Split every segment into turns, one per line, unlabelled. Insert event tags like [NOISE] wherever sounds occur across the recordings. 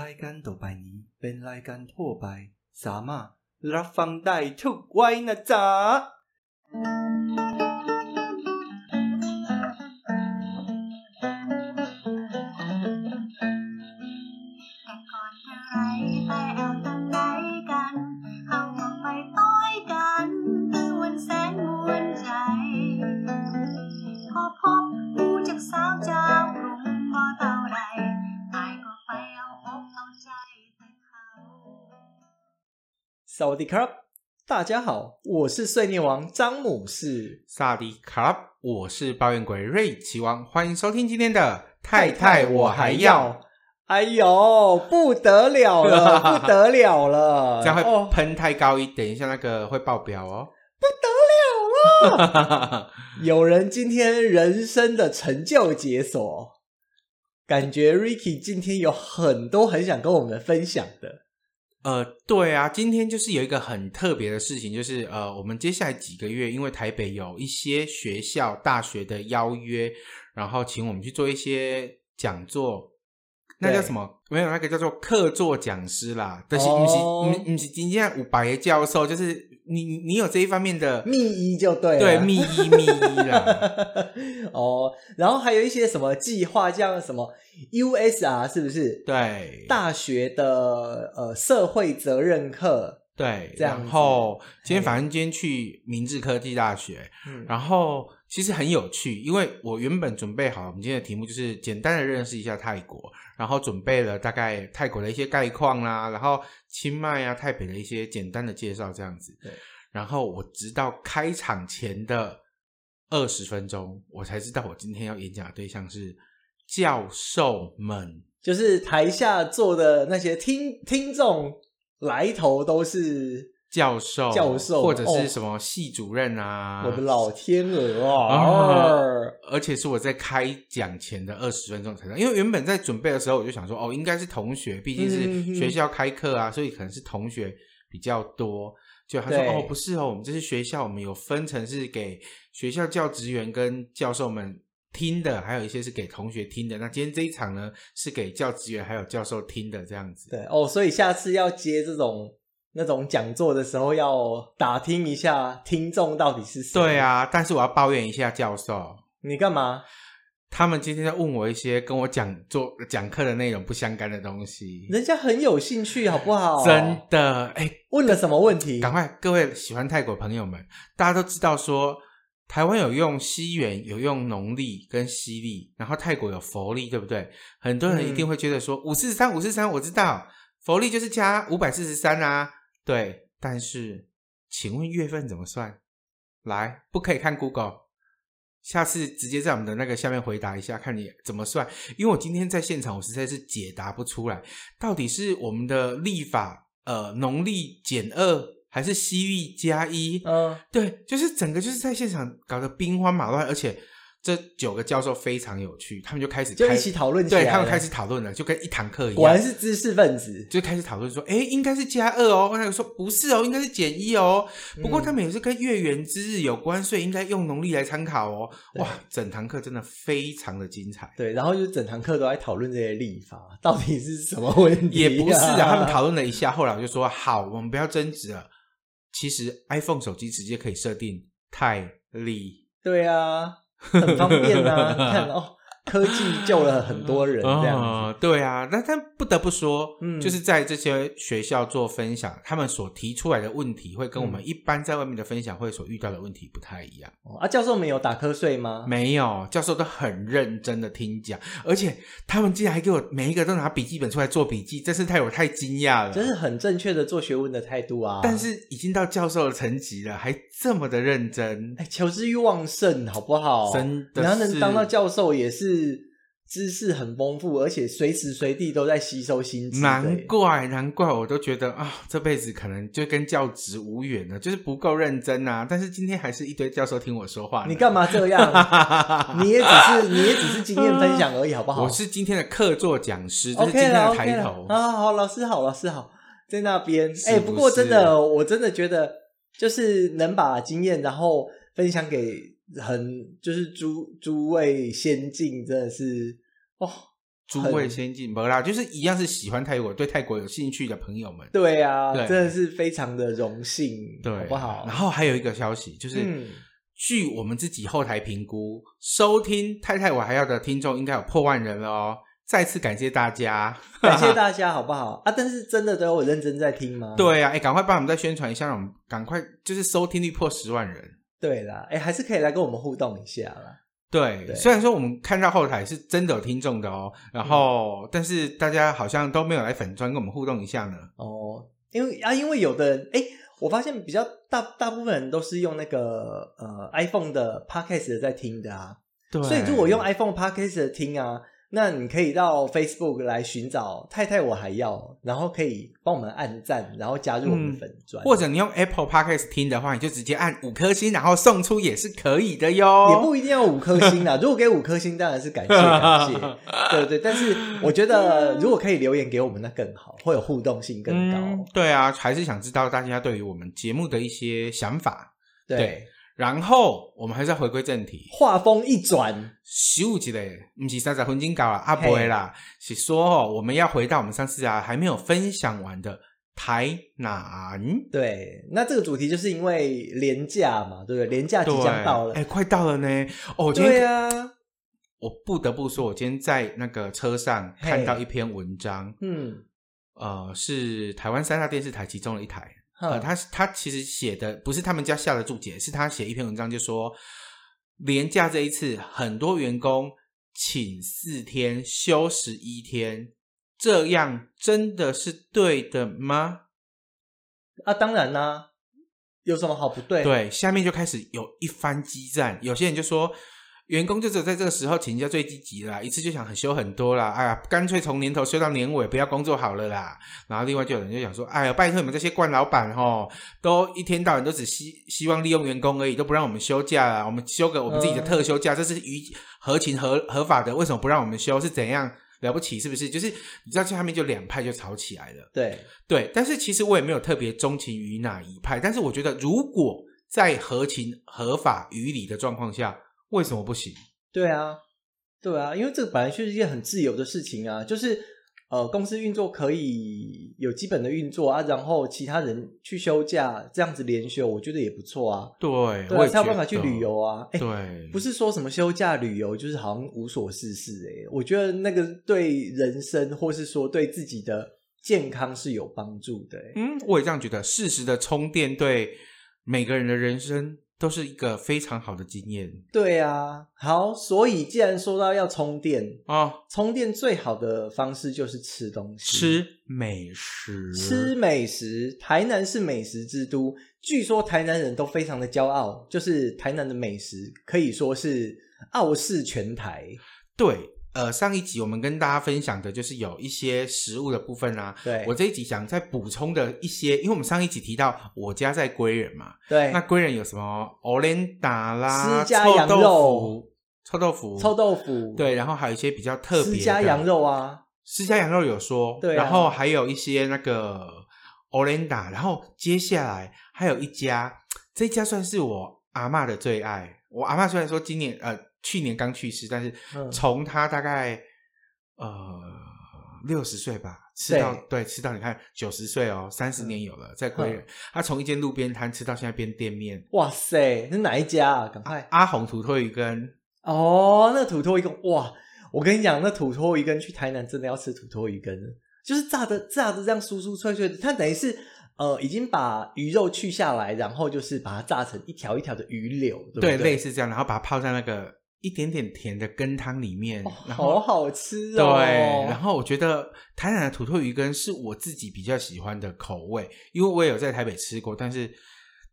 รายการต่อไปนี้เป็นรายการทั่วไป สามารถรับฟังได้ทุกวัยนะจ๊ะ
แต่ก่อนจะไรแต่เอาตังไหนกัน เอามาไปต้อยกันคือวันแสนมวนใจ พอพบผู้จากสาวเจ้ากรุงพอเท่าไรตายก็ไปเอาอกเอาใจแต่เขา
萨瓦迪卡，大家好，我是碎念王张姆士。
萨迪卡拉，我是抱怨鬼瑞奇王，欢迎收听今天的太太我还要，，
哎呦，不得了了，
[LAUGHS]
不得了了，
这样
哦
会喷太高一，等一下那个会爆表哦。
不得了了。
[LAUGHS]
有人今天人生的成就解锁，感觉 Ricky 今天有很多很想跟我们分享的。
呃，对啊，今天就是有一个很特别的事情，就是呃，我们接下来几个月，因为台北有一些学校、大学的邀约，然后请我们去做一些讲座，那
对
叫什么？没有，那个叫做客座讲师啦。但是不是
哦
不不是今天五百个教授，就是你你你有这一方面的
密医就对了，
对密医密医
[LAUGHS]
啦。
哦，然后还有一些什么计划，像什么 USR 是不是？
对，
大学的呃社会责任课，
对，
这样
然
子哎
后今天
嘿
反正今天去明治科技大学，
嗯，
然后其实很有趣，因为我原本准备好我们今天的题目就是简单的认识一下泰国，然后准备了大概泰国的一些概况啦、然后清迈啊、泰北的一些简单的介绍这样子
对。
然后我直到开场前的二十分钟，我才知道我今天要演讲的对象是教授们。
就是台下坐的那些听听众来头都是
教授，
教授
或者
哦
是什么系主任啊，
我的老天鹅啊
啊！而且是我在开讲前的二十分钟才知道，因为原本在准备的时候我就想说，哦，应该是同学，毕竟
嗯嗯嗯
是学校开课啊，所以可能是同学比较多。就他说，
对
哦，不是哦，我们这是学校，我们有分成是给学校教职员跟教授们听的，还有一些是给同学听的。那今天这一场呢，是给教职员还有教授听的这样子。
对哦，所以下次要接这种那种讲座的时候，要打听一下听众到底是谁。
对，啊，但是我要抱怨一下教授，
你干嘛？
他们今天在问我一些跟我讲做讲课的内容不相干的东西。
人家很有兴趣，好不好？
真的，哎、
问了什么问题？
赶快，各位喜欢泰国朋友们，大家都知道说，台湾有用西元，有用农历跟西历，然后泰国有佛历，对不对？很多人一定会觉得说，五四三，五四三，我知道，佛历就是加五百四十三啊，对。但是，请问月份怎么算？来，不可以看 Google。下次直接在我们的那个下面回答一下，看你怎么算。因为我今天在现场，我实在是解答不出来。到底是我们的历法呃农历减二，还是西历加一？
嗯，
对，就是整个就是在现场搞得兵荒马乱，而且这九个教授非常有趣，他们就开始
就
开
一起讨论起来
对
了。
他们开始讨论了，就跟一堂课一
果然
样。
是知识分子。
就开始讨论说，哎，应该是加二哦。那个说不是哦，应该是减一哦。不过
嗯
他们也是跟月圆之日有关，所以应该用农历来参考哦。哇，整堂课真的非常的精彩。
对，然后就整堂课都在讨论这些立法到底是什么问题、
[LAUGHS] 也不是啊，他们讨论了一下，后来我就说好，我们不要争执了。其实 iPhone 手机直接可以设定太利，
对啊，很方便
[LAUGHS]
啊，你看哦，科技救了很多人这样子。
哦对啊，但但不得不说，
嗯
就是在这些学校做分享，他们所提出来的问题会跟
嗯
我们一般在外面的分享会所遇到的问题不太一样。
哦啊，教授没有打瞌睡吗？
没有，教授都很认真的听讲，而且他们竟然还给我每一个都拿笔记本出来做笔记，真是太我太惊讶了，
这是很正确的做学问的态度啊。
但，是已经到教授的层级了，还这么的认真。
哎，求知欲旺盛，好不好？
真
你
的
要能
是
当到教授，也是知识很丰富，而且随时随地都在吸收新知的。欸
难怪，难怪，我都觉得啊、这辈子可能就跟教职无缘了，就是不够认真啊。但是今天还是一堆教授听我说话呢，
你干嘛这样？
[LAUGHS]
你也只是你也只是经验分享而已，好不好？
我是今天的客座讲师，这
OK
是今天
啦
的
OK
抬
啦
头。
啊！好，老师好，老师好，在那边。
是
哎、
不
不过真
是
的，我真的觉得，就是能把经验，然后分享给很就是诸诸位先进，真的是哦，
诸
很
位先进，不啦，就是一样是喜欢泰国、对泰国有兴趣的朋友们。
对啊，
对
真的是非常的荣幸，
对，
好不好？
[LAUGHS] 然后还有一个消息，就是、
嗯
据我们自己后台评估，收听太太我还要的听众应该有破万人了哦。再次感谢大家，
感谢大家，好不好啊？但是真的都有认真在听吗？
对啊，哎，赶快帮我们再宣传一下，让我们赶快就是收听率破十万人。
对啦，哎，还是可以来跟我们互动一下啦。
对，
对
虽然说我们看到后台是真的有听众的哦，然后、但是大家好像都没有来粉砖跟我们互动一下呢。
哦，因为啊，因为有的人，哎，我发现比较大大部分人都是用那个呃 iPhone 的 Podcast 在听的啊，
对
所以如果用 iPhone Podcast 听啊，那你可以到 Facebook 来寻找太太我还要，然后可以帮我们按赞，然后加入我们的粉砖，
嗯或者你用 Apple Podcast 听的话，你就直接按五颗星，然后送出也是可以的哟。
也不一定要五颗星啦。如果给五颗星，当然是感谢感
[LAUGHS]
谢，对对。但是我觉得如果可以留言给我们，那更好，会有互动性更高。
嗯对啊，还是想知道大家对于我们节目的一些想法。
对，
对然后我们还是要回归正题，
话锋一转，
咻一嘞，不是三十分钟搞啊，阿伯啦，是说哦，我们要回到我们上次啊还没有分享完的台南，
对，那这个主题就是因为廉价嘛，对不对？廉价即将到了
哎、，快到了呢。哦，我今天
对啊，
我不得不说，我今天在那个车上
嘿
看到一篇文章，
嗯，
呃，是台湾三大电视台其中的一台，呃，
哼
他他其实写的不是他们家下的注解，是他写一篇文章就说，廉价这一次很多员工请四天休十一天，这样真的是对的吗？
啊，当然啦、有什么好不对？
对，下面就开始有一番激战，有些人就说。员工就只有在这个时候请假最积极啦，一次就想很休很多啦，哎呀，干脆从年头休到年尾，不要工作好了啦。然后另外就有人就想说，哎呀，拜托你们这些惯老板吼，都一天到晚都只希希望利用员工而已，都不让我们休假啦，我们休个我们自己的特休假，这是于合情合合法的，为什么不让我们休？是怎样了不起？是不是？就是你知道下面就两派就吵起来了。
对
对，但是其实我也没有特别钟情于哪一派，但是我觉得如果在合情、合法、于理的状况下，为什么不行？
对啊，对啊，因为这个本来就是一件很自由的事情啊，就是呃，公司运作可以有基本的运作啊，然后其他人去休假，这样子连休，我觉得也不错啊。
对，
对
哎我
啊，
也
才有
觉
办法去
得
旅游。啊。哎、
对，
不是说什么休假旅游，就是好像无所事事哎、我觉得那个对人生，或是说对自己的健康是有帮助的、欸。
嗯，我也这样觉得。适时的充电对每个人的人生都是一个非常好的经验
对啊，好，所以既然说到要充电，
哦。
充电最好的方式就是吃东西，
吃美食，
吃美食。台南是美食之都，据说台南人都非常的骄傲，就是台南的美食可以说是傲视全台。
对。呃，上一集我们跟大家分享的就是有一些食物的部分啊。
对，
我这一集想再补充的一些，因为我们上一集提到我家在归仁嘛，
对
那归仁有什么？欧莲达啦，
哎私家
臭
羊
豆
肉
腐、臭豆腐、
臭豆腐，
对，然后还有一些比较特别的
私家羊，肉啊，
私家羊肉有说，
对啊
然后还有一些那个欧莲达，然后接下来还有一家，这一家算是我阿嬷的最爱。我阿嬷虽然说今年呃去年刚去世，但是
嗯
从她大概呃六十岁吧。吃到对吃到你看九十岁哦，三
嗯
十年有了，在归仁，她从一间路边摊吃到现在变店面，
哇塞，是哪一家啊？赶快
阿红土托鱼跟
哦，那土托鱼羹哇！我跟你讲，那土托鱼羹去台南真的要吃土托鱼羹，就是炸的炸的这样酥酥脆脆的，它等于是呃已经把鱼肉去下来，然后就是把它炸成一条一条的鱼柳，对不
对
对？
类似这样，然后把它泡在那个一点点甜的羹汤里面，
哦
然后
好好吃
对，
哦。
然后我觉得台南的土托鱼羹是我自己比较喜欢的口味，因为我也有在台北吃过，但是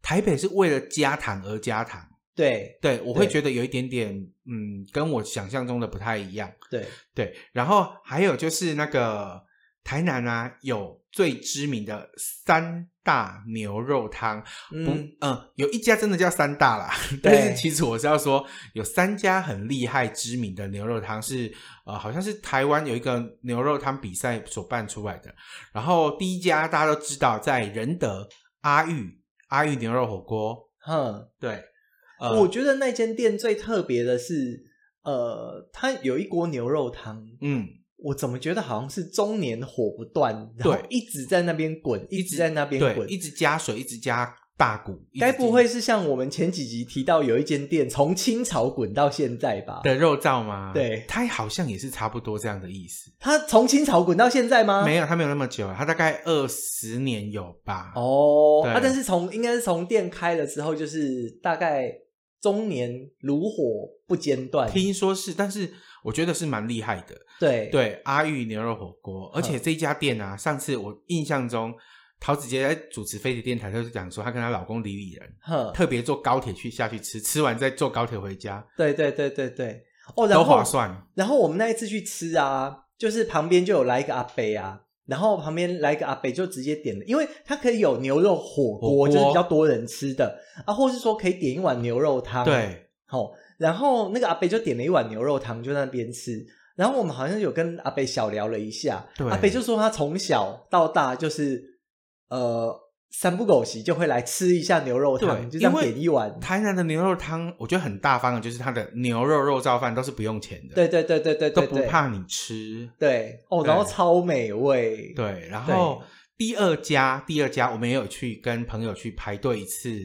台北是为了加糖而加糖，
对
对我会
对
觉得有一点点嗯，跟我想象中的不太一样。
对
对，然后还有就是那个台南啊，有最知名的三大牛肉汤，不
嗯
嗯、有一家真的叫三
[LAUGHS]
大啦，但是其实我是要说，有三家很厉害、知名的牛肉汤是呃，好像是台湾有一个牛肉汤比赛所办出来的。然后第一家大家都知道，在仁德阿玉阿玉牛肉火锅，
哼，
对，呃，
我觉得那间店最特别的是，呃，它有一锅牛肉汤，
嗯，
我怎么觉得好像是中年火不断，然
对
后一直在那边滚，一直在那边
对，
滚
一。直加水，一直加大骨，一直
该不会是像我们前几集提到有一间店从清朝滚到现在吧？
的肉燥吗？
对
它好像也是差不多这样的意思。
他从清朝滚到现在吗？
没有，它没有那么久，啊它大概二十年有吧。
哦，
对
啊，但是从应该是从店开了之后，就是大概中年炉火不间断。
听说是，但是我觉得是蛮厉害的。
对，
对，阿玉牛肉火锅，
嗯
而且这家店啊，上次我印象中，桃子姐在主持飞碟电台，她就讲说，她跟她老公李李仁
哼，
特别坐高铁去下去吃，吃完再坐高铁回家，
对对对对对。哦，然
都
后
划算。
然后我们那一次去吃啊，就是旁边就有来一个阿伯啊，然后旁边来一个阿伯就直接点了，因为他可以有牛肉火
火锅
锅，就是比较多人吃的啊，或是说可以点一碗牛肉汤。，
对，
哦，然后那个阿伯就点了一碗牛肉汤，就在那边吃。然后我们好像有跟阿伯小聊了一下，
对
阿伯就说他从小到大就是呃三不狗席就会来吃一下牛肉汤，
对
就这样
因为
点一碗。
台南的牛肉汤，我觉得很大方的，就是它的牛肉肉燥饭都是不用钱的，
对对对对对
都
对
不
对，
怕你吃。
对哦，然后
对
超美味。
对，然后第二家，第二家我们也有去跟朋友去排队一次，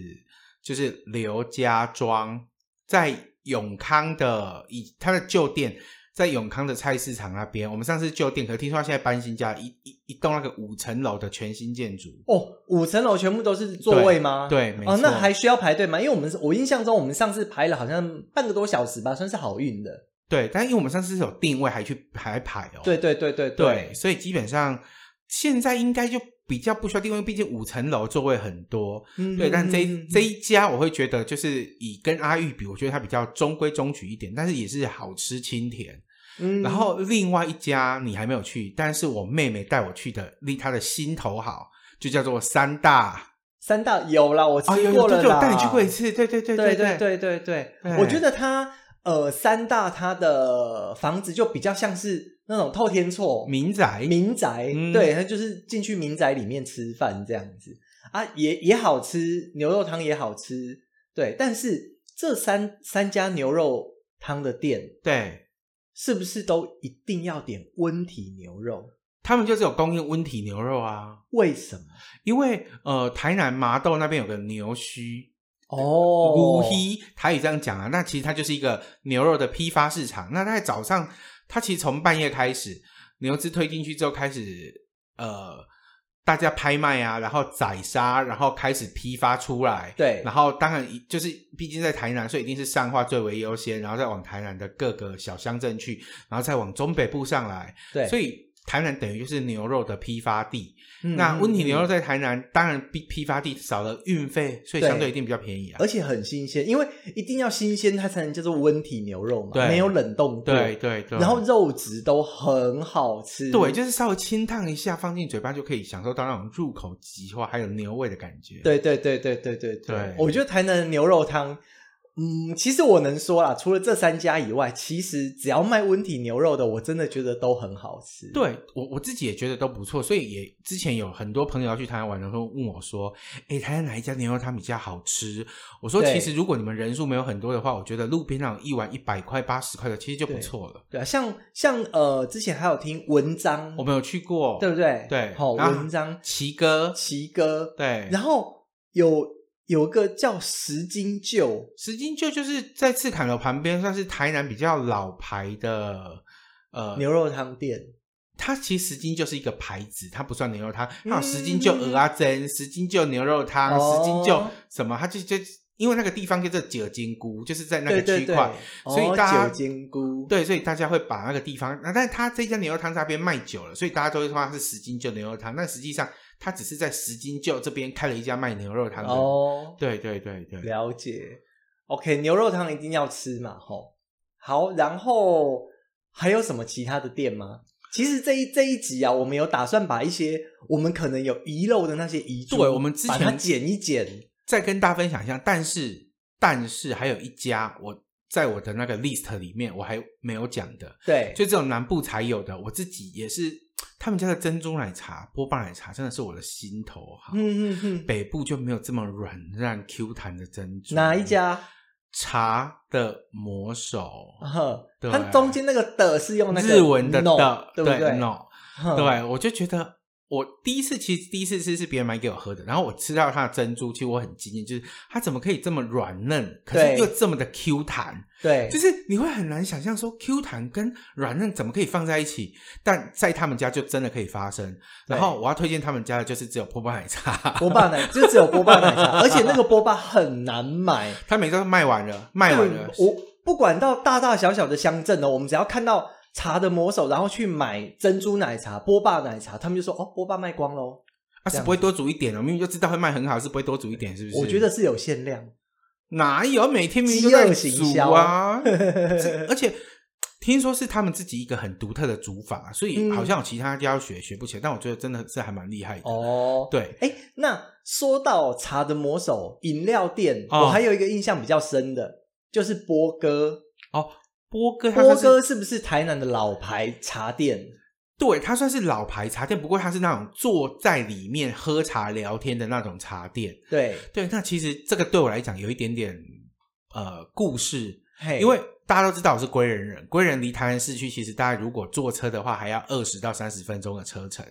就是刘家庄，在永康的以他的旧店，在永康的菜市场那边。我们上次旧店，可是听说他现在搬新家，一一一栋那个五层楼的全新建筑。
哦，五层楼全部都是座位吗？。
对，没错。
哦，那还需要排队吗？因为我们我印象中我们上次排了好像半个多小时吧，算是好运的。
对，但因为我们上次是有定位，还去还排哦。
对对对对
对，所以基本上现在应该就比较不需要定位，毕竟五层楼座位很多。
嗯
对，但这一这一家我会觉得，就是以跟阿玉比，我觉得它比较中规中矩一点，但是也是好吃清甜。
嗯
然后另外一家你还没有去，但是我妹妹带我去的，离她的心头好，就叫做三大。
三大有啦，我吃
啊，有
过
有，
了
对对，
啦。
我带你去过一次，对对对
对对
对
对对对
对
我觉得它呃三大它的房子就比较像是那种透天厝
民宅，
民宅，
嗯
对，它就是进去民宅里面吃饭这样子啊，也也好吃，牛肉汤也好吃，对。但是这三三家牛肉汤的店
对
是不是都一定要点温体牛肉？
他们就是有供应温体牛肉啊，
为什么？
因为呃，台南麻豆那边有个牛墟，
哦，
乌希，台语这样讲啊，那其实它就是一个牛肉的批发市场。那它在早上，它其实从半夜开始，牛只推进去之后开始，呃，大家拍卖啊，然后宰杀，然后开始批发出来。
对
然后当然一就是，毕竟在台南，所以一定是上化最为优先，然后再往台南的各个小乡镇去，然后再往中北部上来。
对，
所
以、
以台南等于就是牛肉的批发地。那温体牛肉
嗯，
在台南，当然批批发地少了运费，所以
对
相对一定比较便宜啊
而。且很新鲜，因为一定要新鲜，它才能叫做温体牛肉嘛，
对
没有冷冻过。
对对对，
然后肉质都很好吃，
对，就是稍微清烫一下，放进嘴巴就可以享受到那种入口即化，还有牛味的感觉。，
对对对对对对
对
我觉得台南的牛肉汤，嗯，其实我能说啦，除了这三家以外，其实只要卖温体牛肉的，我真的觉得都很好吃。
对我我自己也觉得都不错，所以也之前有很多朋友要去台湾玩的时候问我说：“诶，台湾哪一家牛肉汤比较好吃？”我说：“
对
其实如果你们人数没有很多的话，我觉得路边那种一碗一百块、八十块的，其实就不
对
错了。
对啊，像像呃，之前还有听文章，
我们有去过，
对不对？
对
好、
然后
文章
奇哥，
奇哥，
对，
然后有有一个叫石金鹫，
石金就就是在赤坎楼旁边，算是台南比较老牌的呃
牛肉汤店，
它其实十斤就是一个牌子，它不算牛肉汤，它有
嗯
十斤就鹅啊蒸，十斤就牛肉汤，
哦
十斤就什么，它就就因为那个地方就是九金菇，就是在那个
对对
区
对
块，，所以
哦
大家
九金菇，
对，所以大家会把那个地方，那但是它这家牛肉汤在那边卖久了，所以大家都会说它是十斤就牛肉汤，但实际上它只是在十斤就这边开了一家卖牛肉汤的，
哦，
对对对对，
了解。OK，牛肉汤一定要吃嘛，吼。好，然后还有什么其他的店吗？其实这一这一集啊，我们有打算把一些我们可能有遗漏的那些遗珠，
对我们之前
把它剪一剪。
再跟大家分享一下，但是但是还有一家我在我的那个 list 里面我还没有讲的，
对，
就这种南部才有的，我自己也是，他们家的珍珠奶茶、波霸奶茶真的是我的心头好。
嗯嗯嗯，
北部就没有这么软烂 Q 弹的珍珠。
哪一？家？
茶的魔手，
呵
对
它中间那个的是哦用那个
日文的
no，
的，
对不
对
对嗯
n o
呵
对我就觉得。我第一次其实第一次吃是别人买给我喝的，然后我吃到它的珍珠，其实我很惊艳，就是它怎么可以这么软嫩，可是
对
又这么的 Q 弹，
对，
就是你会很难想象说 Q 弹跟软嫩怎么可以放在一起，但在他们家就真的可以发生。
对
然后我要推荐他们家的就是只有波波奶茶， [LAUGHS]
波霸奶就只有波霸奶茶，而且那个波霸很难买，
他每周都卖完了，卖完了
对，嗯我不管到大大小小的乡镇哦，我们只要看到茶的魔手，然后去买珍珠奶茶、波霸奶茶，他们就说哦，波霸卖光喽。
啊是
样
不会多煮一点哦，明明就知道会卖很好，是不会多煮一点，是不是？
我觉得是有限量，
哪有每天明明就
饥饿
在
行
煮
销
啊，这 [LAUGHS] 而且。听说是他们自己一个很独特的煮法，所以
嗯
好像有其他家要学学不起来，但我觉得真的是还蛮厉害的。
哦。
对，
哎，那说到茶的魔手饮料店，
哦
我还有一个印象比较深的，就是波哥。
波哥他
波
算是
哥是不是台南的老牌茶店？
对，它算是老牌茶店，不过它是那种坐在里面喝茶聊天的那种茶店。
对，
对，那其实这个对我来讲有一点点呃故事，
嘿
因为大家都知道我是归仁人，归仁离台南市区其实大概如果坐车的话，还要二十到三十分钟的车程。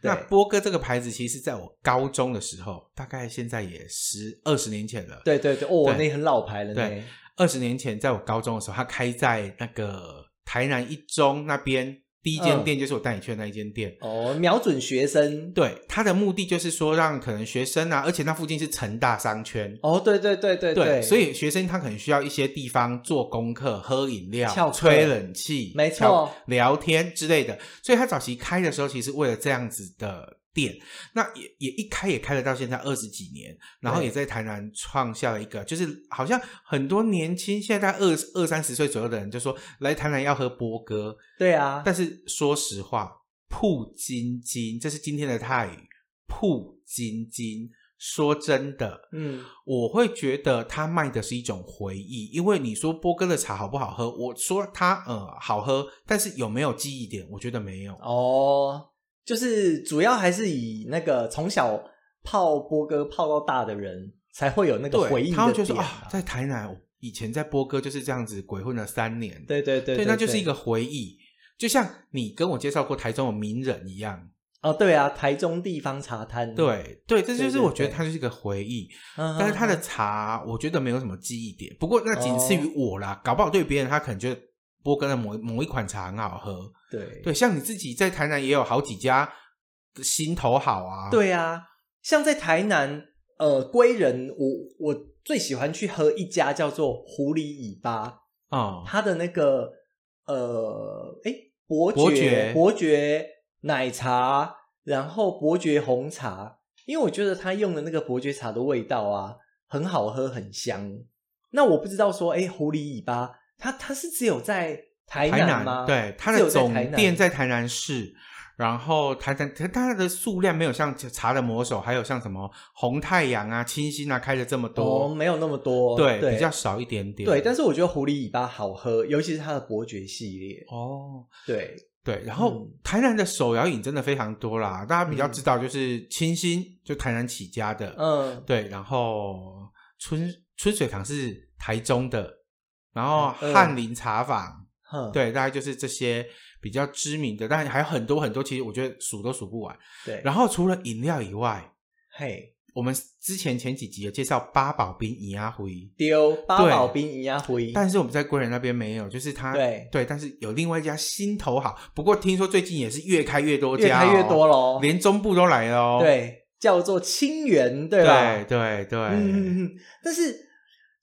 对
那波哥这个牌子，其实在我高中的时候，大概现在也十二十年前了。，
对对对，哦，
对
那很老牌了呢
对。二十年前在我高中的时候，它开在那个台南一中那边，第一间
嗯
店就是我带你去的那一间店。
哦，瞄准学生。
对，它的目的就是说让可能学生啊，而且那附近是成大商圈。
哦，对对对对
对，所以学生他可能需要一些地方做功课、喝饮
翘
料、
课
吹冷气，
没错
翘、聊天之类的。所以他早期开的时候，其实为了这样子的店，那也也一开也开了到现在二十几年，然后
对
也在台南创下了一个，就是好像很多年轻现在大概二二三十岁左右的人就说来台南要喝波哥，
对啊，
但是说实话，铺金金，这是今天的泰语，铺金金。说真的，
嗯，
我会觉得他卖的是一种回忆，因为你说波哥的茶好不好喝，我说它呃好喝，但是有没有记忆点？我觉得没有。
哦，就是主要还是以那个从小泡波哥泡到大的人才会有那个回
对，
忆
他
的
会觉得
点
说
啊
啊，在台南我以前在波哥就是这样子鬼混了三年，
对对对
对那就是一个回忆，就像你跟我介绍过台中有名人一样，
哦，对啊，台中地方茶摊，
对对，这就
嗯对
是
对
我觉得
对
它就是一个回忆。
嗯，
但是它的
嗯哦
茶，我觉得没有什么记忆点。不过那仅次于我啦，搞不好对别人他可能觉得波哥的某某一款茶很好喝。
对
对，像你自己在台南也有好几家心头好啊。，
对啊，像在台南呃归仁，我我最喜欢去喝一家叫做狐狸尾巴，
哦、
它的那个呃，诶，伯
伯
爵
爵
伯爵奶茶，然后伯爵红茶，因为我觉得它用的那个伯爵茶的味道啊，很好喝，很香。那我不知道说，诶，狐狸尾巴，它它是只有在台
台
南吗？
对，它
只
的
有在
总
台南
店在台南市。然后台南，它它的数量没有像茶的魔手，还有像什么红太阳啊、清新啊开的这么
哦，
多，
没有那么多，
对，
对
比较少一点点。
对，但是我觉得狐狸尾巴好喝，尤其是它的伯爵系列，
哦，
对，
对，然后
嗯
台南的手摇饮真的非常多啦，大家比较知道就是清新，就台南起家的，
嗯，
对，然后春春水堂是台中的，然后
嗯
翰林茶坊，
哼
对，大概就是这些比较知名的，但还有很多很多，其实我觉得数都数不完。
对，
然后除了饮料以外，
嘿，
我们之前前几集有介绍八宝冰银鸭灰，
丢八
对
宝冰一样回，
但是我们在贵人那边没有，就是它
对
对，但是有另外一家心头好，不过听说最近也是越开越多哦
越
家、
开越多
了。
喽，
连中部都来了哦。
对，叫做清源，对吧？
对对对，
嗯嗯嗯。但是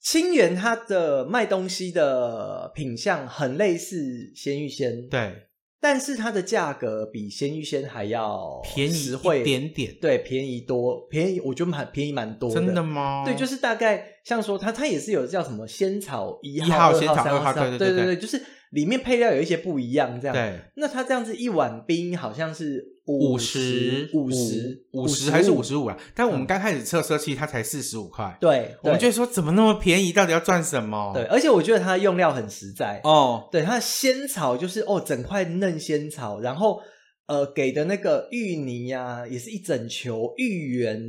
清源它的卖东西的品相很类似鲜芋仙，，
对，
但是它的价格比鲜芋仙还要
便宜
实惠
一，点点，
对，便宜多，便宜，我觉得蛮便宜蛮多
真
的
的吗？
对，就是大概像说它，它也是有叫什么仙草一
一
号、
号
二
仙草
三
二号
三
对
对
对对
对，就是里面配料有一些不一样，这样。
对
那它这样子一碗冰好像是
五
十
十、
五十、
五十还是
55
五十五啊？但我
嗯
们刚开始测车，其实它才四十五块，
对，
我们
对
就说怎么那么便宜，到底要赚什么？
对，而且我觉得它用料很实在。
哦，
对，它的仙草就是哦，整块嫩仙草，然后呃给的那个芋泥呀、也是一整球芋圆，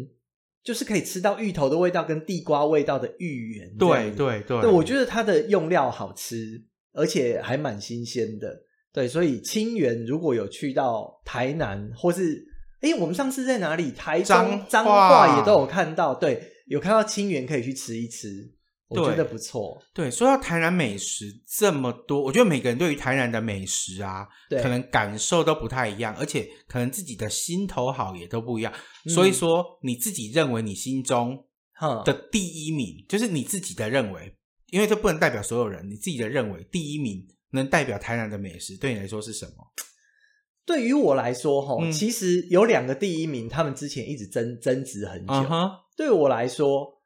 就是可以吃到芋头的味道跟地瓜味道的芋圆这样
对
子。
对对，
对，我觉得它的用料好吃，而且还蛮新鲜的。对，所以清源如果有去到台南，或是哎，我们上次在哪里？台中
彰
彰
化
化也都有看到，对，有看到清源可以去吃一吃，我
对
觉得不错。
对，说到台南美食这么多，我觉得每个人对于台南的美食啊，
对
可能感受都不太一样，而且可能自己的心头好也都不一样。所以
嗯
说，你自己认为你心中
哈，
的第一名，就是你自己的认为，因为这不能代表所有人，你自己的认为第一名能代表台南的美食，对你来说是什么？
对于我来说，哈、
嗯
其实有两个第一名，他们之前一直争争执很久。
啊哈
对我来说，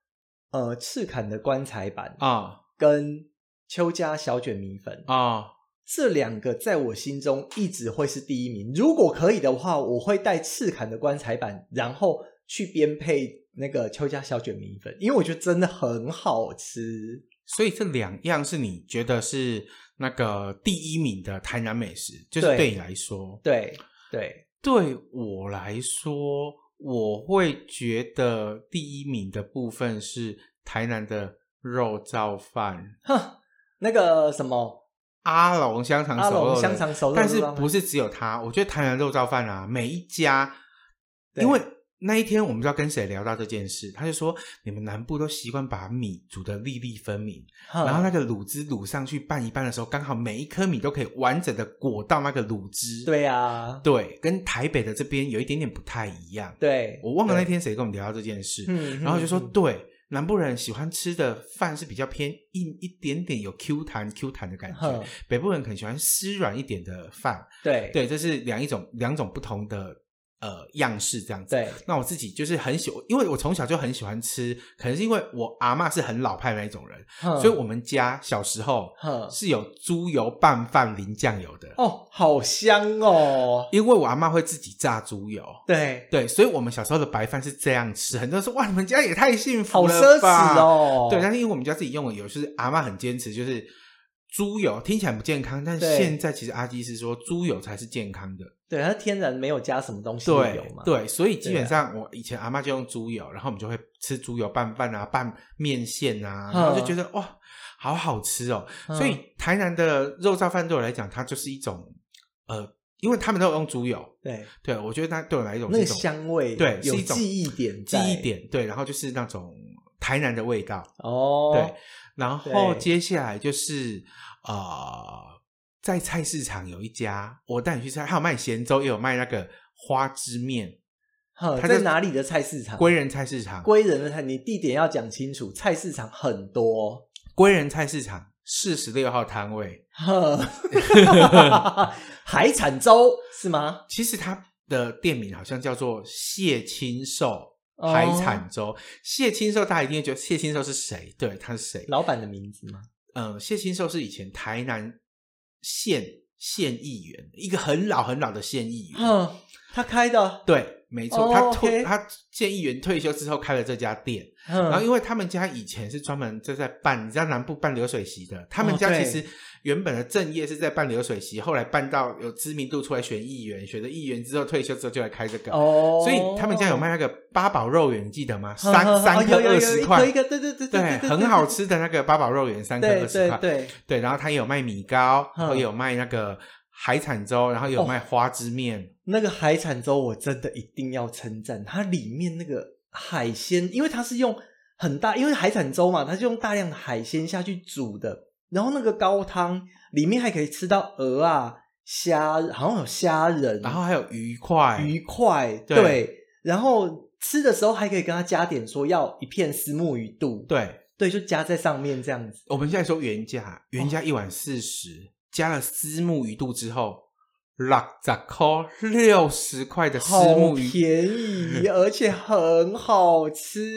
呃，赤坎的棺材板
啊
跟邱家小卷米粉
啊
这两个在我心中一直会是第一名。如果可以的话，我会带赤坎的棺材板，然后去编配那个邱家小卷米粉，因为我觉得真的很好吃。
所以这两样是你觉得是那个第一名的台南美食，就是
对
对你来说，
对对，
对我来说，我会觉得第一名的部分是台南的肉燥饭，
哼，那个什么
阿龙香肠
阿
熟肉
龙
的
香肠熟肉，
但是
不
不是只有他？我觉得台南肉燥饭啊，每一家，
对
因为那一天我们不知道跟谁聊到这件事，他就说你们南部都习惯把米煮得粒粒分明，
嗯
然后那个卤汁卤上去拌一拌的时候，刚好每一颗米都可以完整的裹到那个卤汁。
对啊，
对，跟台北的这边有一点点不太一样。
对，
我忘了那
对
天谁跟我们聊到这件事，
嗯
然后就说、
嗯嗯
对，南部人喜欢吃的饭是比较偏硬一点点，有 Q 弹 Q 弹的感觉
嗯哼，
北部人可能喜欢湿软一点的饭。
对
对，这是两一种两种不同的呃样式这样子。
对
那我自己就是很喜，因为我从小就很喜欢吃，可能是因为我阿嬷是很老派那一种人，
哼
所以我们家小时候
哼
是有猪油拌饭淋酱油的，
哦，好香哦，
因为我阿嬷会自己炸猪油，
对，
对，所以我们小时候的白饭是这样吃，很多人说哇，你们家也太幸
好
福
奢
了吧？
侈哦，
对，但是因为我们家自己用的油，就是阿妈很坚持，就是猪油听起来不健康，但
对
现在其实阿基是说猪油才是健康的。
对，它天然没有加什么东西的油
对
嘛，
对，所以基
对
本
啊
上我以前阿妈就用猪油，然后我们就会吃猪油拌饭啊，拌面线啊，
嗯
然后就觉得哇，好好吃哦。
嗯
所以台南的肉燥饭对我来讲，它就是一种呃，因为他们都有用猪油，
对，
对我觉得它对我来讲
那个
是一种
香味
对是
有
一种
记忆点
记
在，
忆点对，然后就是那种台南的味道。
哦，
对，然后
对
接下来就是呃，在菜市场有一家，我带你去吃，还有卖咸粥，也有卖那个花枝面。
哼，
它
在
在
哪里的菜市场？
归仁菜市场，
嗯归人的菜，你地点要讲清楚，菜市场很多，
归仁菜市场四十六号摊位，
哼，海产粥是吗？
其实它的店名好像叫做谢清寿
哦
海产粥。谢清寿大家一定会觉得谢清寿是谁？对，他是谁？
老板的名字吗？
嗯，谢清寿是以前台南县县议员，一个很老很老的县议员。
哼，他开的，
对，没错，
哦
他退、
OK
他县议员退休之后开了这家店，然后
哼，
因为他们家以前是专门就在办，你知道南部办流水席的，他们
哦
家
对
其实原本的正业是在办流水席，后来办到有知名度出来选议员，选了议员之后退休之后就来开这个，
哦，
所以他们家有卖那个八宝肉圆，你记得吗？
哼
三
哼
三
哦有
颗
有有
二十块，
一个一个对对对对对对
很好吃的那个八宝肉圆，三颗
对
二十
对
块，
对，
对，然后他也有卖米糕，然后
嗯
也有卖那个海产粥，然后也有
哦
卖花枝面。
那个海产粥我真的一定要称赞，它里面那个海鲜，因为它是用很大，因为海产粥嘛，它是用大量的海鲜下去煮的，然后那个高汤里面还可以吃到鹅啊、虾，好像有虾仁，
然后还有鱼块，
鱼块，
对
对，然后吃的时候还可以跟他加点说要一片丝木鱼肚，
对，
对，就加在上面这样子，
我们现在说原价，原
哦
价一碗四十、加了丝木鱼肚之后，六十块，六十块的丝
好
木鱼，
便
[LAUGHS]
宜，而且很好吃。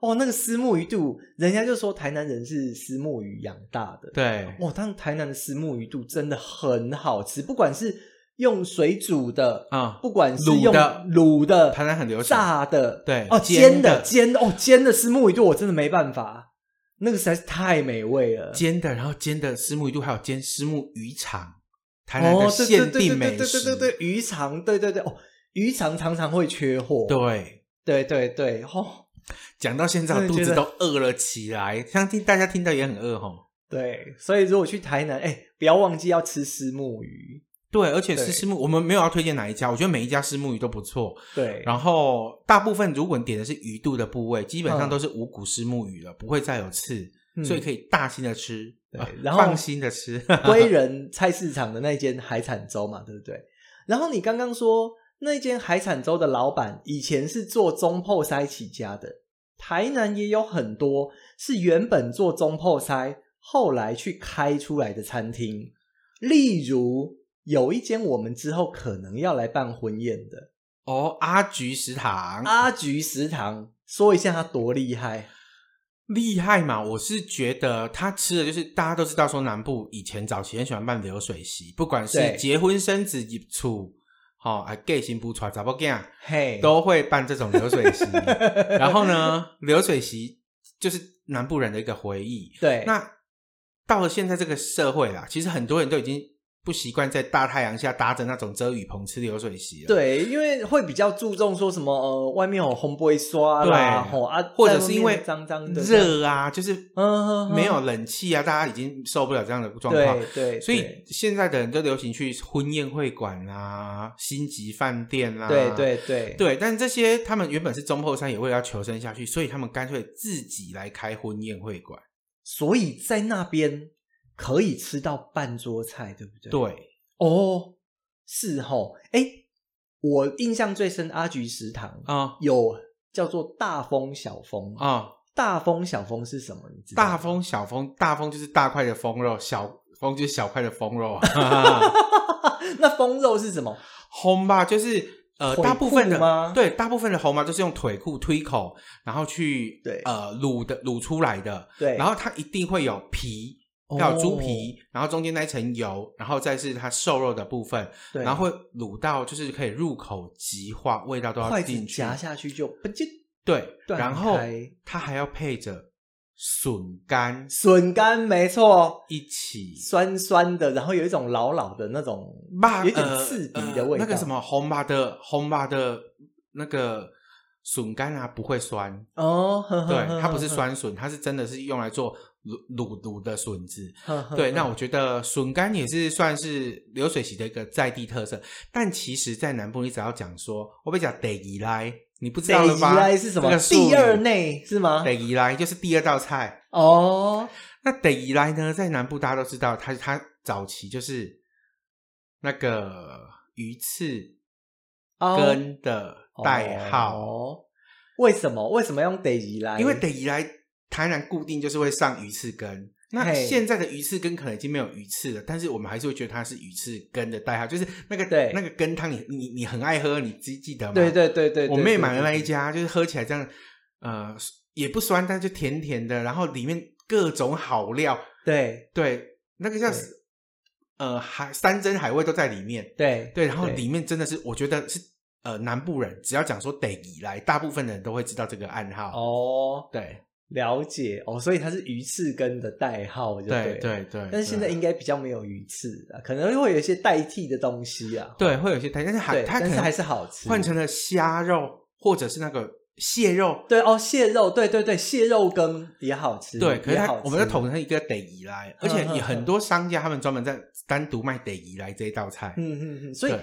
哦，那个丝木鱼肚，人家就说台南人是丝木鱼养大的。
对
哇，但台南的丝木鱼肚真的很好吃，不管是用水煮的，
啊，
不管是
卤
用
的
卤的，
台南很流行
炸的，
对
哦，
煎
煎
的
的煎的哦，煎的丝木鱼肚我真的没办法，那个实在是太美味了。
煎的，然后煎的丝木鱼肚，还有煎丝木鱼肠，台南的
哦，对对
限
对对
定
对
美
对对
食，
对，鱼肠，对对对，哦，鱼肠常常会缺货，
对
对对对，哦，
讲到现在，我
真的
肚
觉
子
得
都饿了起来，相信大家听到也很饿吼。
对，所以如果去台南，哎，不要忘记要吃虱目鱼。
对，而且
对
吃虱目，我们没有要推荐哪一家，我觉得每一家虱目鱼都不错。
对，
然后大部分如果你点的是鱼肚的部位，基本上
嗯
都是无骨虱目鱼了，不会再有刺，
嗯
所以可以大心的吃，
对
啊
然后
放心的吃。 [LAUGHS]
归仁菜市场的那间海产粥嘛，对不对？然后你刚刚说那间海产粥的老板以前是做中破塞起家的，台南也有很多是原本做中破塞，后来去开出来的餐厅，例如有一间我们之后可能要来办婚宴的
哦，阿菊食堂
阿菊食堂，说一下它多厉害。
厉害嘛！我是觉得他吃的就是大家都知道，说南部以前早期很喜欢办流水席，不管
对
是结婚生子、入厝，好、哦，啊，gay 行不出来，咋不 gay 啊，
嘿， [LAUGHS]
都会办这种流水席。 [LAUGHS] 然后呢，流水席就是南部人的一个回忆。
对，
那到了现在这个社会啦，其实很多人都已经不习惯在大太阳下搭着那种遮雨棚吃流水席了。。
对，因为会比较注重说什么呃，外面有烘焙刷啦，
对
吼啊，
或者
在外
是
面
因为
脏脏的这样，
热啊，就是
嗯
没有冷气啊，大家已经受不了这样的状况。
对对，
所以
对
现在的人都流行去婚宴会馆啊、星级饭店啊，
对对对
对。但这些他们原本是中后山，也为了要求生下去，所以他们干脆自己来开婚宴会馆。
所以在那边可以吃到半桌菜，对不对？
对，
哦，是吼，哎，我印象最深，阿菊食堂
啊
有叫做大风小风，
啊，
大风小风是什么？你知道吗
大风小风，大风就是大块的风肉，小风就是小块的
[LAUGHS]
风肉。
[LAUGHS] 那风肉是什么？
烘吧就是呃，
腿
大部分
裤
的
吗
对大部分的烘吧都是用腿裤推口，然后去
对
呃卤的卤出来的。
对，
然后它一定会有皮，
哦
要有猪皮，然后中间那一层油，然后再是它瘦肉的部分，
对
然后会卤到就是可以入口即化，味道都要
筷子
进去。
夹下去就不就
对，
断
然后
开
它还要配着笋干
笋干，没错，
一起。
酸酸的，然后有一种老老的那种
吧，
有一点
呃
刺鼻
呃
的味道。
那个什，么红吧的红吧的那个笋干啊，不会酸。
哦，呵呵
对，
呵
它不是
呵
酸笋，它是真的是用来做卤卤卤的笋子。
呵呵
对，
呵
那我觉得笋干也是算是流水席的一个在地特色，但其实，在南部你只要讲说，我被讲得宜来，你不知道了
北极
吧？
来是什
这
么？
个术语
第二内是吗？
得宜来就是第二道菜。
哦，
那得宜来呢，在南部大家都知道，它它早期就是那个鱼翅
哦
根的代号，
哦为什么为什么用得宜来？
因为得宜来台南固定就是会上鱼翅根。那
嘿
现在的鱼翅根可能已经没有鱼翅了，但是我们还是会觉得它是鱼翅根的代号，就是那个
对
那个羹汤你，你你很爱喝，你记记得吗？
对对对对，对
我妹买的那一，
对对
家，就是喝起来这样，呃，也不酸，但就甜甜的，然后里面各种好料，
对
对，那个叫呃海山珍海味都在里面，
对
对，然后
对
里面真的是我觉得是呃南部人只要讲说得宜来，大部分人都会知道这个暗号，
哦，
对。
了解哦，所以它是鱼翅根的代号，就
对
了
对对，
但是现在
哎对啊
应该比较没有鱼翅啊，可能会有一些代替的东西啊。
对会有一些台，但是还
对
它可
但是
能
还是好吃
换成了虾肉或者是那个蟹肉，
对哦，蟹肉，对对对，蟹肉羹也好吃，
对，可是
也
它
好吃
我们在统称一个得宜来，而
嗯
且
嗯
也很
嗯
多商家他们专门在单独卖得宜来这一道菜，
嗯嗯嗯，所以
对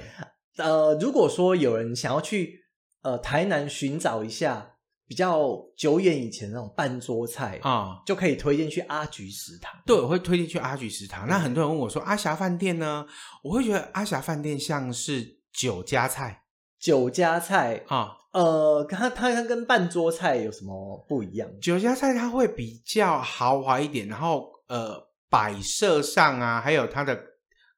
呃，如果说有人想要去呃台南寻找一下比较久远以前那种半桌菜，
啊。
就可以推荐去阿菊食堂。
对，我会推荐去阿菊食堂。
嗯
那很多人问我说：“阿霞饭店呢？”我会觉得阿霞饭店像是酒家菜
酒家菜，
啊，
呃，它它它跟半桌菜有什么不一样？
酒家菜它会比较豪华一点，然后呃，摆设上啊，还有它的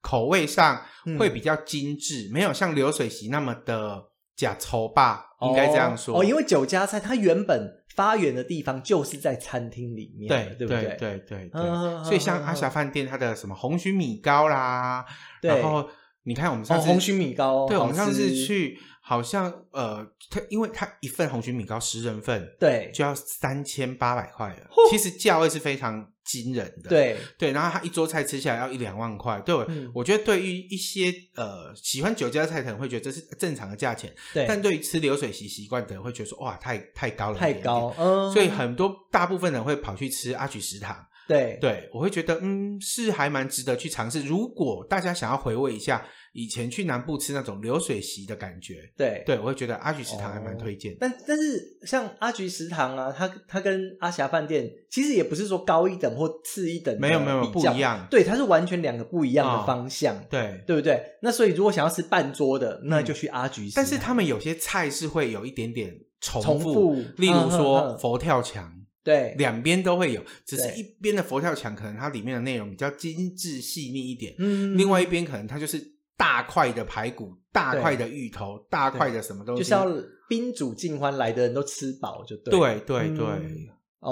口味上
嗯
会比较精致，没有像流水席那么的假稠吧，应该这样说。
哦哦，因为酒家菜它原本发源的地方就是在餐厅里面的，对
对
不
对
对？
对对对
嗯
所以像阿霞饭店它的什么红曲米糕啦，
对
然后你看我们
哦，
上次
红曲米糕，
对，我们
哦好
上次
吃
去好像呃，它因为它一份红曲米糕十人份
对
就要三千八百块了
呼，
其实价位是非常惊人的。
对，
对，然后它一桌菜吃起来要一两万块，对我、
嗯
我觉得对于一些呃喜欢酒家菜的人会觉得这是正常的价钱，
对，
但对于吃流水席习惯的人会觉得说哇太太高了，
太高，，嗯，
所以很多大部分人会跑去吃阿曲食堂。
对
对，我会觉得嗯是还蛮值得去尝试。如果大家想要回味一下以前去南部吃那种流水席的感觉，
对。
对我会觉得阿曲食堂还蛮推荐的。
但但是像阿菊食堂啊，它它跟阿霞饭店其实也不是说高一等或次一等的
没有没有
哦比
不
较
一，样，
对，它是完全两个不一样的
哦
方向，
对。
对不对？那所以如果想要吃半桌的，那就去阿菊食堂。
嗯但是他们有些菜是会有一点点重
啊重复
例如
嗯嗯
说
嗯
佛跳墙，
对
两边都会有，只是
对
一边的佛跳墙可能它里面的内容比较精致细腻一点，
嗯
另外一边可能它就是大块的排骨、大块的芋头、大块的什么东西，
就是要宾主尽欢，来的人都吃饱就对。
对对对。
嗯哦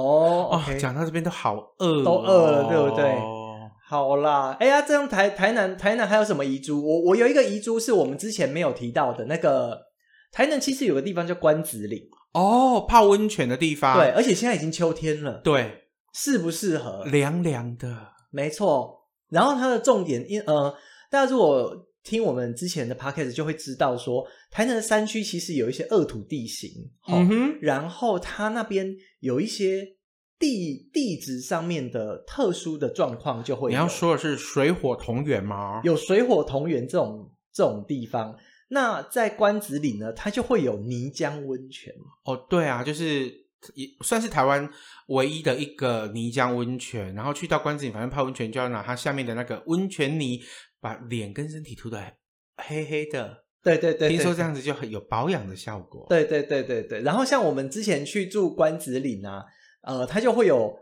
哦
OK，
讲到这边都好饿哦，
都饿了对不对好啦，哎呀，这样台台南台南还有什么遗珠？我我有一个遗珠是我们之前没有提到的那个。台南其实有个地方叫关子岭，
哦，泡温泉的地方，
对，而且现在已经秋天了，
啊对，
适不适合？
凉凉的，
没错。然后它的重点，因呃，大家如果听我们之前的 podcast 就会知道说，台南的山区其实有一些恶土地形，哦
嗯哼，
然后它那边有一些地地质上面的特殊的状况就会有
你要说的是水火同源吗？
有水火同源这种这种地方。那在关子岭呢，它就会有泥浆温泉，
哦，对啊，就是也算是台湾唯一的一个泥浆温泉。然后去到关子岭，反正泡温泉就要拿它下面的那个温泉泥，把脸跟身体涂的黑黑的。
对对对对，
听说这样子就很有保养的效果。，
对对对对对。然后像我们之前去住关子岭啊，呃，它就会有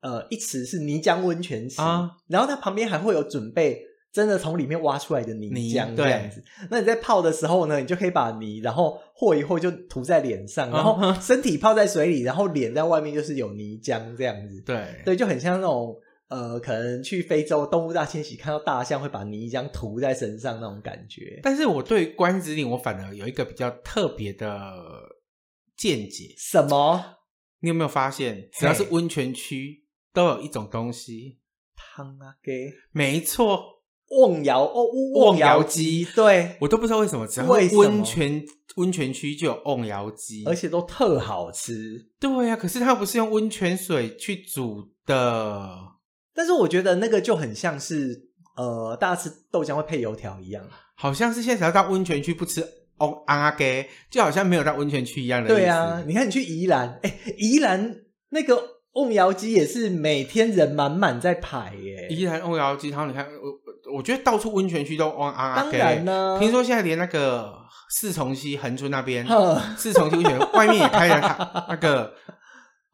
呃一池是泥浆温泉池
啊
然后它旁边还会有准备真的从里面挖出来的泥
泥
浆这
对
样子。那你在泡的时候呢，你就可以把泥然后和一和就涂在脸上，然
啊
后
哈
身体泡在水里，然后脸在外面就是有泥浆这样子。
对，
对，就很像那种。呃，可能去非洲动物大迁徙看到大象会把泥浆涂在身上那种感觉，
但是我对关子岭，我反而有一个比较特别的见解。
什么
你有没有发现，只要是
嘿
温泉区，都有一种东西？
汤啊给
没错，
瓮窑哦，
瓮窑
鸡
鸡，
对，
我都不知道为什么，只要
为什么
温泉温泉区就有瓮窑鸡，
而且都特好吃。
对啊呀、可是它不是用温泉水去煮的，
但是我觉得那个就很像是呃，大家吃豆浆会配油条一样。
好像是现在只要到温泉区不吃哦安阿给，就好像没有到温泉区一样的意思。
对啊，你看你去宜兰，哎，宜兰那个瓮窑鸡也是每天人满满在排耶。
依然瓮窑鸡汤，你看我我觉得到处温泉区都哦安阿
当
给，
然呢、
听说现在连那个四重溪恒春那边，
哼
四重溪温泉外面也开了它那
[LAUGHS]
个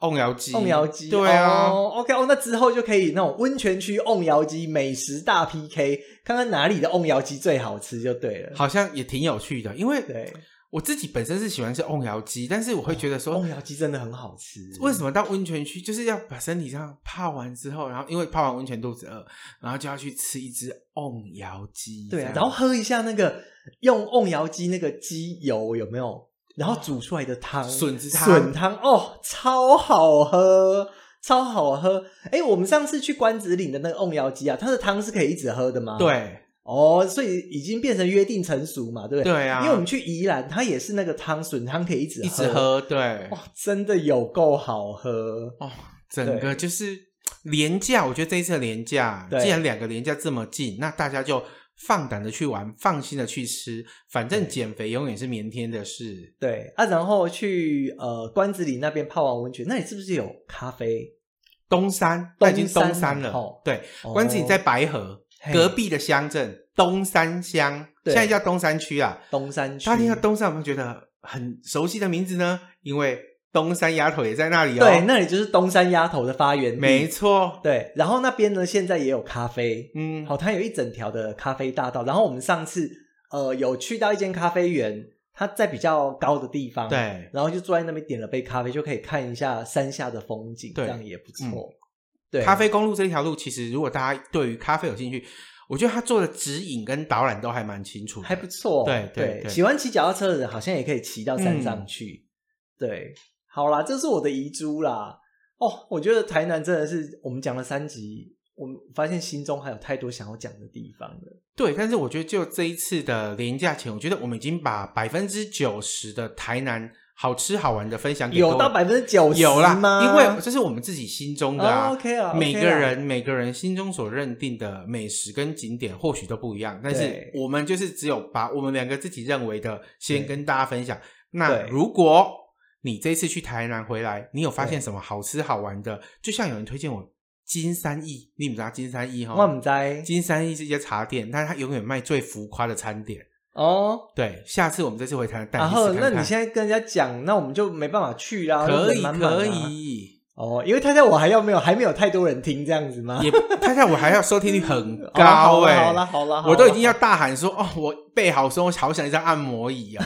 瓮窑鸡，
瓮窑鸡，
对啊。
哦，OK，哦，那之后就可以那种温泉区瓮窑鸡美食大 PK，看看哪里的瓮窑鸡最好吃就对了。，
好像也挺有趣的，因为
对，
我自己本身是喜欢吃瓮窑鸡，但是我会觉得说
瓮，窑鸡真的很好吃。
为什么到温泉区就是要把身体上泡完之后，然后因为泡完温泉肚子饿，然后就要去吃一只瓮窑鸡，
对
这
啊，
样
然后喝一下那个用瓮窑鸡那个鸡油有没有？然后煮出来的汤，
哦笋子汤
笋汤哦，超好喝，超好喝。哎，我们上次去关子岭的那个瓮窑鸡啊，它的汤是可以一直喝的吗？，
对
哦，所以已经变成约定成熟嘛，对不对？
对啊，
因为我们去宜兰，它也是那个汤笋汤可以一直
一直，喝，对
哇，真的有够好喝。
哦，整个就是廉价，我觉得这一次的廉价，
对
既然两个廉价这么近，那大家就放胆的去玩，放心的去吃，反正减肥永远是明天的事。
对啊，然后去呃关子岭那边泡完温泉，那里是不是有咖啡？
东山，那已经
东山
东山了，
哦
对，关子
哦
岭在白河、
嘿
隔壁的乡镇东山乡，
对
现在叫东山区啦。
东山区，
大家听到东山有没有觉得很熟悉的名字呢？因为东山丫头也在那里哦。
对，那里就是东山鸭头的发源地。
没错。
对，然后那边呢，现在也有咖啡，
嗯，
好、它有一整条的咖啡大道。然后我们上次呃有去到一间咖啡园，它在比较高的地方，，
对，
然后就坐在那边点了杯咖啡，就可以看一下山下的风景，这
对嗯
样也不错。对，
咖啡公路这条路，其实如果大家对于咖啡有兴趣，我觉得他做的指引跟导览都还蛮清楚的，
还不错。哦
对对
对
对
喜欢骑脚踏车的人好像也可以骑到山上
嗯
去。对，好啦，这是我的遗珠啦。哦，我觉得台南真的是我们讲了三集，我们发现心中还有太多想要讲的地方了。
对，但是我觉得就这一次的廉价前，我觉得我们已经把百分之九十的台南好吃好玩的分啊享给各
有
位
到百分之九十
有啦
吗？
因为这是我们自己心中的啊。
哦，OK 啊，OK 啊
每个人每个人心中所认定的美食跟景点或许都不一样，但是
对
我们就是只有把我们两个自己认为的先
对
跟大家分享。那
对
如果你这次去台南回来，你有发现什么好吃好玩的？就像有人推荐我金三义，你们知道金三义哈？
我们在
金山一是一家茶店，但是它永远卖最浮夸的餐点。
哦。
对，下次我们这次回台南带你
然
去
后，
试看
那
看。
你现在跟人家讲，那我们就没办法去啦。
可
人
以
满满啊
可以，
哦，因为太太我还要没有还没有太多人听这样子吗？
也 [LAUGHS] 他在我还要收听率
[LAUGHS]
很
啊哦好
高
啦
哎、
好啦好啦，好啦
我都已经要大喊说哦，我备好说，我好想一张按摩椅哦。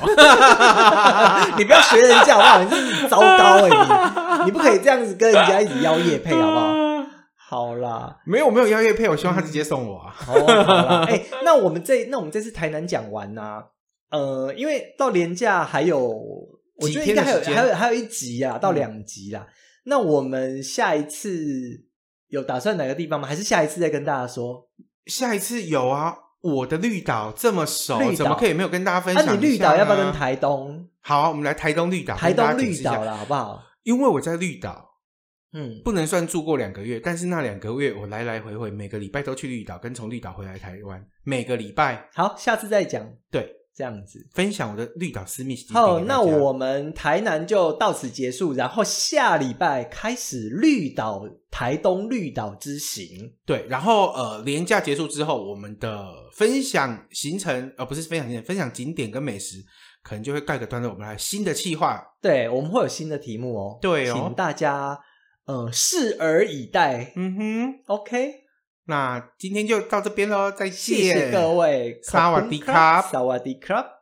[LAUGHS]
哦 [LAUGHS]
你不要学人家好不好？你是糟糕哎、你你不可以这样子跟人家一直邀夜配好不
[LAUGHS]
好？好啦，
没有没有邀月配，我希望他直接送我啊。
好啊好啦， [LAUGHS] 哎、那我们这那我们这次台南讲完呐、呃，因为到年假还有，我觉得应该还有
几天的时
还
间嗯
有还有一集啊，到两集啦。那我们下一次有打算哪个地方吗？还是下一次再跟大家说？
下一次有啊，我的绿岛这么熟
绿，岛
哦怎么可以没有跟大家分
那、
享一下呢？
你绿岛要不要跟台东？
好啊、我们来台东绿岛，
台
跟大
东
家解
绿
释一下
岛啦，，啊好不好？
因为我在绿岛。
嗯，
不能算住过两个月，但是那两个月我来来回回，每个礼拜都去绿岛，跟从绿岛回来台湾，每个礼拜
好，下次再讲
对
这样子。
分享我的绿岛私密景点给大
好，
家。
那我们台南就到此结束，然后下礼拜开始绿岛、台东绿岛之行。
对，然后呃，廉假结束之后，我们的分享行程，呃，不是分享行程，分享景点跟美食，可能就会盖个段落，我们来新的计划。
对，我们会有新的题目哦。
对哦
请大家呃拭而以待。
嗯哼，
OK，
那今天就到这边喽，再见，
谢谢各位，
萨瓦迪卡
萨瓦迪卡。